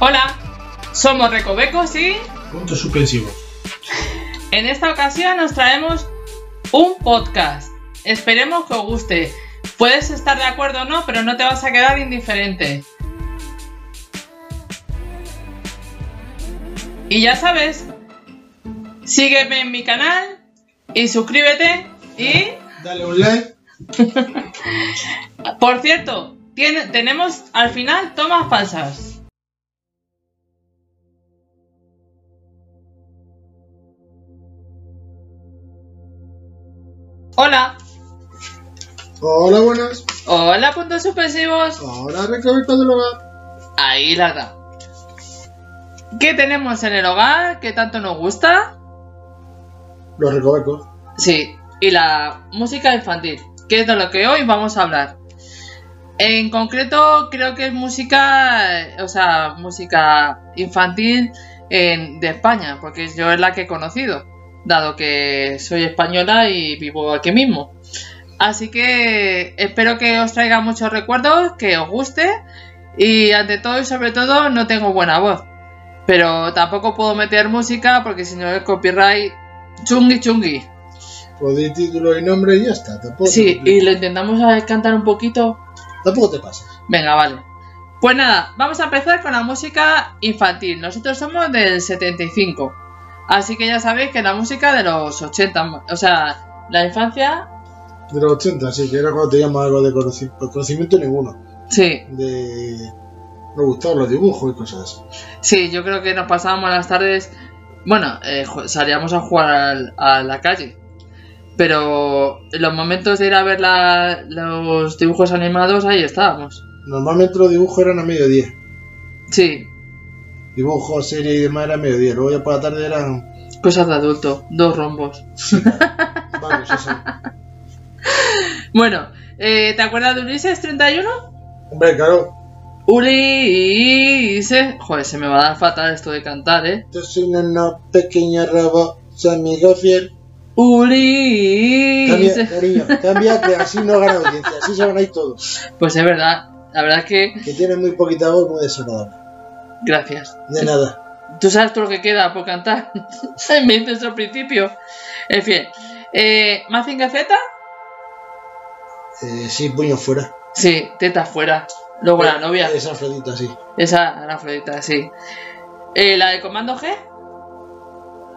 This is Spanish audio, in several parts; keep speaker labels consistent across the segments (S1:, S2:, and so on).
S1: Hola, somos Recovecos y
S2: Puntos suspensivos.
S1: en esta ocasión nos traemos un podcast. Esperemos que os guste. Puedes estar de acuerdo o no, pero no te vas a quedar indiferente. Y ya sabes, sígueme en mi canal y suscríbete y...
S2: Dale un like.
S1: Por cierto, tiene- tenemos al final tomas falsas. Hola,
S2: Hola, buenas.
S1: hola puntos suspensivos.
S2: Hola, recovecos del hogar.
S1: Ahí la da. ¿Qué tenemos en el hogar que tanto nos gusta?
S2: Los recovecos.
S1: Sí, y la música infantil, que es de lo que hoy vamos a hablar. En concreto, creo que es música, eh, o sea, música infantil en- de España, porque yo es la que he conocido, dado que soy española y vivo aquí mismo. Así que espero que os traiga muchos recuerdos, que os guste y ante todo y sobre todo no tengo buena voz. Pero tampoco puedo meter música porque si no el copyright chungui chungui.
S2: Pues di título y nombre y ya está. Tampoco,
S1: Sí,
S2: te,
S1: y lo intentamos eh, cantar un poquito.
S2: tampoco te pasas.
S1: Venga, vale. Pues nada, vamos a empezar con la música infantil. Nosotros somos del 75. Así que ya sabéis que la música de los 80, o sea, la infancia,
S2: De los 80, sí, que era cuando teníamos algo de conoci- pues, conocimiento ninguno.
S1: sí,
S2: De. Nos gustaban los dibujos y cosas así.
S1: sí, yo creo que nos pasábamos las tardes, bueno, eh, ju- salíamos a jugar al- a la calle, pero en los momentos de ir a ver la- los dibujos animados, ahí estábamos.
S2: Normalmente los dibujos eran a mediodía.
S1: Sí,
S2: Dibujos, series y demás era a mediodía. Luego ya por la tarde eran.
S1: cosas de adulto, dos rombos.
S2: varios, así.
S1: Bueno, eh, ¿te acuerdas de Ulises 31?
S2: Hombre, claro.
S1: Ulises. Joder, se me va a dar fatal esto de cantar, ¿eh?
S2: Yo soy un pequeño robot, su amigo fiel. Cambia,
S1: Ulises.
S2: cariño, cambia que así no gana audiencia, así se van a ir todos.
S1: Pues es verdad, la verdad es que.
S2: Que tiene muy poquita voz, muy desagradable.
S1: Gracias.
S2: De nada.
S1: Tú sabes todo lo que queda por cantar. me dices al principio. En fin. Eh, ¿Mazinger Z?
S2: Eh, sí, puño fuera.
S1: Sí, teta fuera. Luego
S2: Eh,
S1: la novia.
S2: Esa Afrodita, sí.
S1: Esa, la Afrodita, sí. Eh, ¿La de Comando G?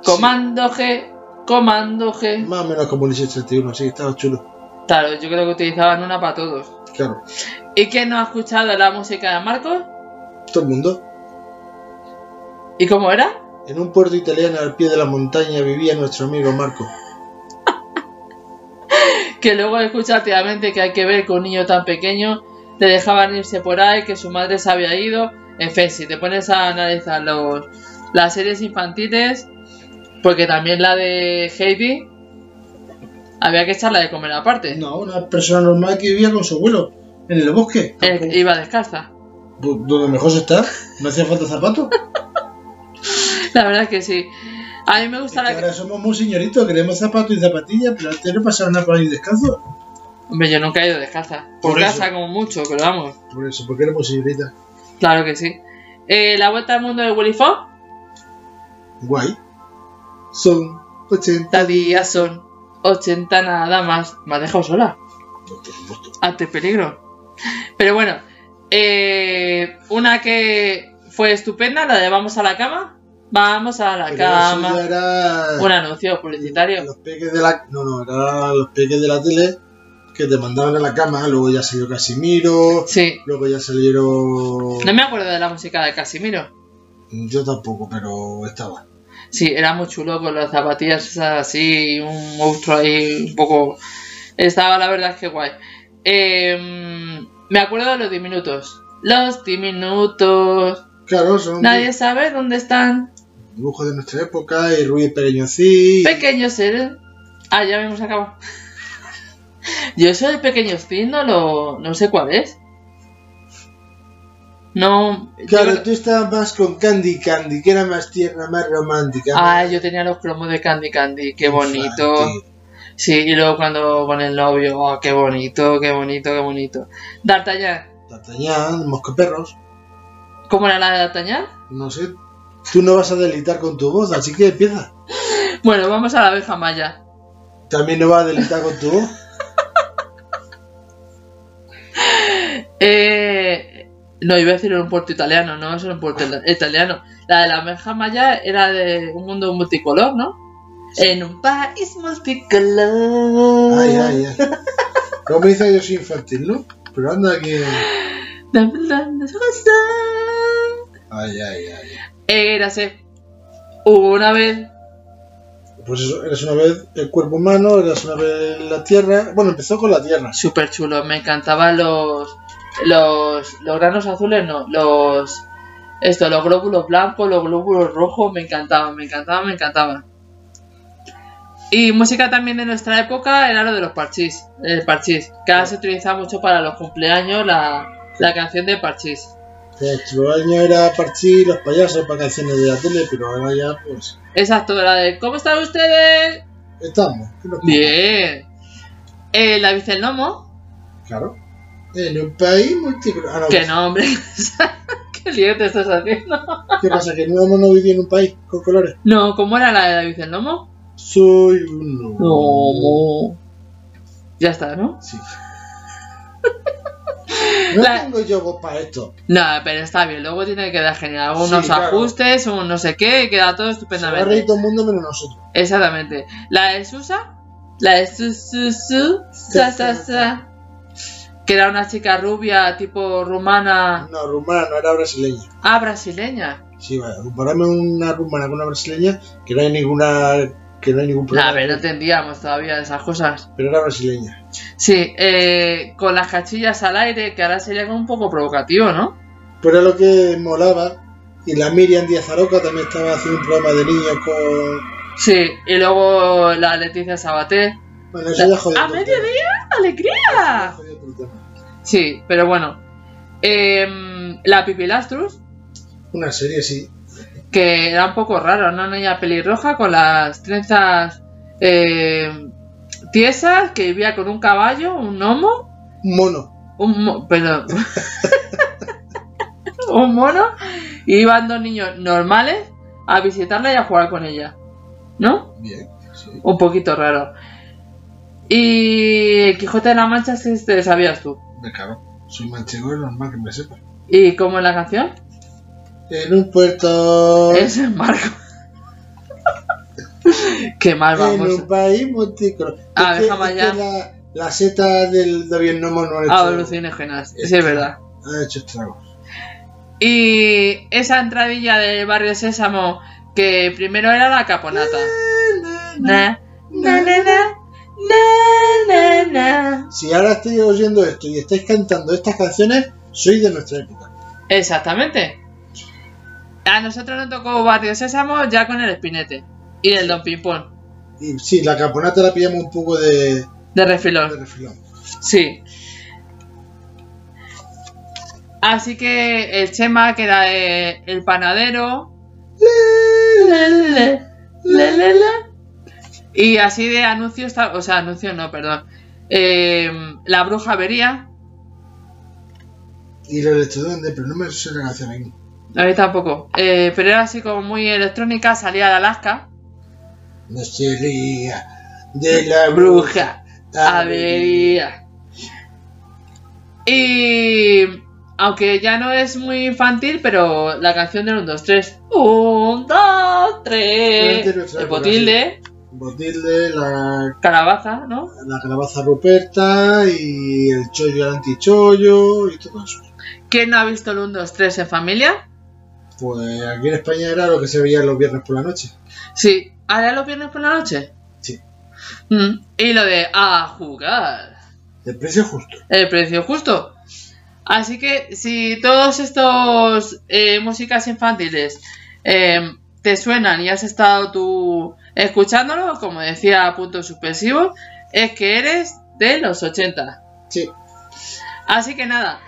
S1: Comando G. Comando G.
S2: Más o menos como el 31, sí, estaba chulo.
S1: Claro, yo creo que utilizaban una para todos.
S2: Claro.
S1: ¿Y quién no ha escuchado la música de Marcos?
S2: Todo el mundo.
S1: ¿Y cómo era?
S2: En un puerto italiano al pie de la montaña vivía nuestro amigo Marco.
S1: Que luego escucha activamente que hay que ver que un niño tan pequeño le dejaban irse por ahí, que su madre se había ido. En fin, si te pones a analizar los, las series infantiles, porque también la de Heidi, había que echarla de comer aparte.
S2: Eh, No, una persona normal que vivía con su abuelo. En el bosque.
S1: Eh, iba descalza.
S2: Donde mejor se está. No hacía falta zapatos.
S1: La verdad que sí. A mí me
S2: Es
S1: gusta
S2: que
S1: la que...
S2: Ahora somos muy señoritos, queremos zapatos y zapatillas, pero antes no pasaba nada por ahí descalzo.
S1: Hombre, yo nunca he ido descalza. Por,
S2: Por eso.
S1: casa como mucho, pero vamos.
S2: Por eso, porque éramos señoritas.
S1: Claro que sí. Eh, la vuelta al mundo de Willy Fox.
S2: Guay. Son 80.
S1: 80 días son 80 nada más. Me has dejado sola.
S2: Por supuesto.
S1: Ante peligro. Pero bueno, eh, una que fue estupenda, la de vamos a la cama. Vamos a la
S2: Pero eso ya
S1: cama.
S2: era-
S1: Un anuncio publicitario.
S2: Los peques de la. No, no, era los peques de la tele que te mandaban a la cama. Luego ya salió Casimiro.
S1: Sí.
S2: Luego ya salieron.
S1: No me acuerdo de la música de Casimiro.
S2: Yo tampoco, pero estaba.
S1: Sí, era muy chulo con las zapatillas esas así, un monstruo ahí un poco... Estaba la verdad es que guay. Eh, me acuerdo de los diminutos. Los diminutos.
S2: Claro, son
S1: Nadie sabe dónde están.
S2: dibujos de nuestra época y Ruiz Pereñocí.
S1: Pequeños seres. Ah, ya hemos acabado. Yo eso de pequeños Cid no lo. no sé cuál es. No. yo
S2: Claro,
S1: creo-
S2: tú estabas más con Candy Candy, que era más tierna, más romántica.
S1: Ah, yo tenía los cromos de Candy Candy, qué bonito. Sí, y luego cuando con el novio, oh, qué bonito, qué bonito, qué bonito. D'Artagnan.
S2: D'Artagnan, Mosca Perros.
S1: ¿Cómo era la de D'Artagnan?
S2: No sé. Tú no vas a delitar con tu voz, así que empieza.
S1: Bueno, vamos a la abeja maya.
S2: También no vas a delitar con tu voz.
S1: Eh, no, iba a decir en un puerto italiano, no es en un puerto ita-
S2: Ah.
S1: italiano. La de la abeja maya era de un mundo multicolor, ¿no? En un país multicolor.
S2: Ay, ay, ay. No me dices que yo soy infantil, ¿no? Pero anda que. Ay, ay, ay.
S1: Eh, Érase una vez.
S2: Pues eso, eres una vez el cuerpo humano, eras una vez la tierra. Bueno, empezó con la tierra.
S1: Súper chulo, me encantaban los, los. Los granos azules, no. Los. Esto, los glóbulos blancos, los glóbulos rojos, me encantaban, me encantaban, me encantaban. Y música también de nuestra época era lo de los parchís. El parchís, que ahora se utiliza mucho para los cumpleaños la, la canción de parchís.
S2: Nuestro año era partir los payasos para canciones de la tele, pero ahora ya, pues.
S1: Exacto, la de ¿Cómo están ustedes?
S2: Estamos. ¿qué nos pasa?
S1: Bien. Eh, la viste el gnomo.
S2: Claro. En un país multicolor. Ah, no,
S1: Que no, hombre. ¿Qué lío te estás haciendo?
S2: ¿Qué pasa? ¿Que no no vivía en un país con colores?
S1: No, ¿cómo era la de David el Nomo?
S2: Soy un
S1: Nomo. Ya está, ¿no?
S2: Sí. No
S1: La-
S2: tengo yo voz para esto.
S1: No, pero está bien. Luego tiene que quedar genial. Unos
S2: Sí, claro.
S1: ajustes, un no sé qué, y queda todo
S2: Se va a reír
S1: estupendamente.
S2: todo el mundo menos nosotros.
S1: Exactamente. La de Susa. La de Su, Su, Su, Sa, Sa, Sa. Que era una chica rubia, tipo rumana.
S2: No, rumana no era brasileña.
S1: Ah, brasileña.
S2: Sí, vale. Compararme una rumana con una brasileña, que no hay ninguna. que no hay ningún
S1: No,
S2: problema.
S1: pero no entendíamos todavía esas cosas.
S2: Pero era brasileña.
S1: Sí, eh, con las cachillas al aire, que ahora sería como un poco provocativo, ¿no?
S2: Pero era lo que molaba. Y la Miriam Díaz Aroca también estaba haciendo un programa de niños con.
S1: Sí, y luego la Leticia Sabaté.
S2: Bueno, eso ya jodió.
S1: ¡A
S2: otro tema.
S1: mediodía!
S2: Ya
S1: ¡Alegría!
S2: jodió otro tema.
S1: pues, Sí, pero bueno. Em, la Pipilastrus,
S2: Una serie, sí.
S1: que era un poco raro, ¿no? Una niña pelirroja con las trenzas em, tiesas, que vivía con un caballo, un gnomo,
S2: Un mono.
S1: un mo- perdón. un mono y iban dos niños normales a visitarla y a jugar con ella ¿no?
S2: Bien, sí.
S1: un poquito raro y el Quijote de la Mancha si te sabías tú
S2: Me cago. Soy manchego, es normal que me sepa.
S1: y cómo es la canción
S2: En un puerto.
S1: es el marco qué mal
S2: En
S1: vamos
S2: un país multicolor.
S1: Ah,
S2: Es que-
S1: déjame
S2: es
S1: ya.
S2: que La, la seta del de Vietnam no ha hecho,
S1: alucinógenas sí es verdad
S2: ha hecho estragos.
S1: y esa entradilla del barrio Sésamo que primero era la caponata Na, na, na, na, na, na, na.
S2: Si ahora estoy oyendo esto y estáis cantando estas canciones, sois de nuestra época.
S1: Exactamente. A nosotros nos tocó Barrio Sésamo ya con el espinete y el Don Pimpón
S2: Y sí, la caponata la pillamos un poco de, de
S1: de refilón.
S2: refilón.
S1: Sí. Así que el Chema, que era eh, el panadero. la, la, la, la, la. Y así de anuncios, ta- o sea, anuncios no, perdón. Em, la bruja vería.
S2: Y los estudiantes, pero no me sé la canción ahí.
S1: A mí tampoco. Eh, pero era así como muy electrónica, salía de Alaska.
S2: No se ría de la bruja.
S1: Bruja, avería. Y aunque ya no es muy infantil, pero la canción del 1, 2, 3. 1, 2, 3. El botilde,
S2: Botilde, la,
S1: calabaza, ¿no?
S2: la calabaza Ruperta y el chollo, el antichollo y todo eso.
S1: ¿Quién no ha visto el 1, 2, 3 en familia?
S2: Pues aquí en España era lo que se veía los viernes por la noche.
S1: Sí. ¿Ahora los viernes por la noche?
S2: Sí.
S1: Mm. Y lo de a jugar.
S2: El precio justo.
S1: el precio justo. Así que si todos estos eh, músicas infantiles eh, te suenan y has estado tú escuchándolo, como decía punto suspensivo, es que eres de los 80.
S2: Sí.
S1: Así que nada,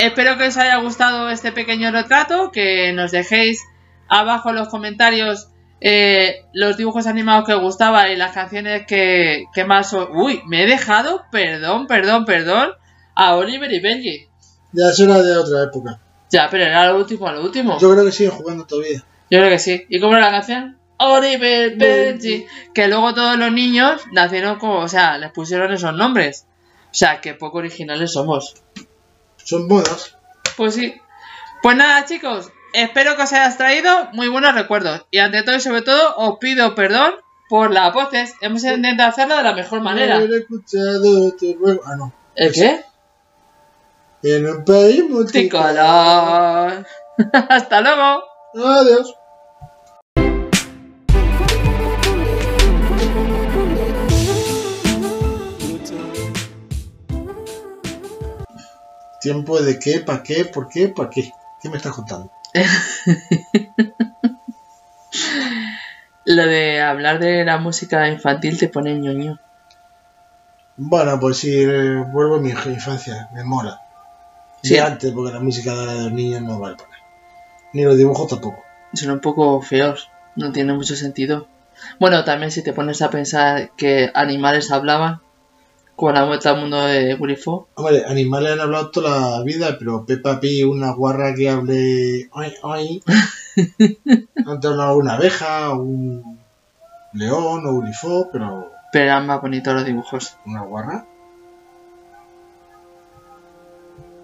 S1: espero que os haya gustado este pequeño retrato, que nos dejéis abajo en los comentarios eh, los dibujos animados que os gustaban y las canciones que, que más os... Uy, me he dejado, perdón, perdón, perdón, a Oliver y Benji.
S2: Ya eso era de otra época.
S1: Ya, pero era lo último, lo último. Yo,
S2: Yo creo que siguen jugando todavía.
S1: creo que sí. ¿Y cómo era la canción? Oribe Benji. Que luego todos los niños nacieron como, o sea, les pusieron esos nombres. O sea, que poco originales somos.
S2: Son modas.
S1: Pues sí. Pues nada, chicos. Espero que os hayas traído muy buenos recuerdos. Y ante todo y sobre todo, os pido perdón por las voces. Hemos intentado hacerlo de la mejor manera.
S2: Haber escuchado tu ruego- Ah, no.
S1: ¿El qué?
S2: En un país multicolor.
S1: Tricolor. Hasta luego.
S2: Adiós. ¿Tiempo de qué? ¿Para qué? ¿Por qué? ¿Para qué? ¿Qué me estás contando?
S1: Lo de hablar de la música infantil te pone ñoño.
S2: Bueno, pues sí, eh, vuelvo a mi infancia, me mola.
S1: Sí.
S2: De antes, porque la música de los niños no vale para nada. Ni los dibujos tampoco.
S1: Son un poco feos. No tiene mucho sentido. Bueno, también si te pones a pensar que animales hablaban con la vuelta al mundo de Grifo.
S2: Hombre, animales han hablado toda la vida, pero Peppa Pig, una guarra que hable hoy, hoy. Antes hablaba una abeja, un león o un ifó, pero
S1: Pero eran más bonitos los dibujos.
S2: una guarra.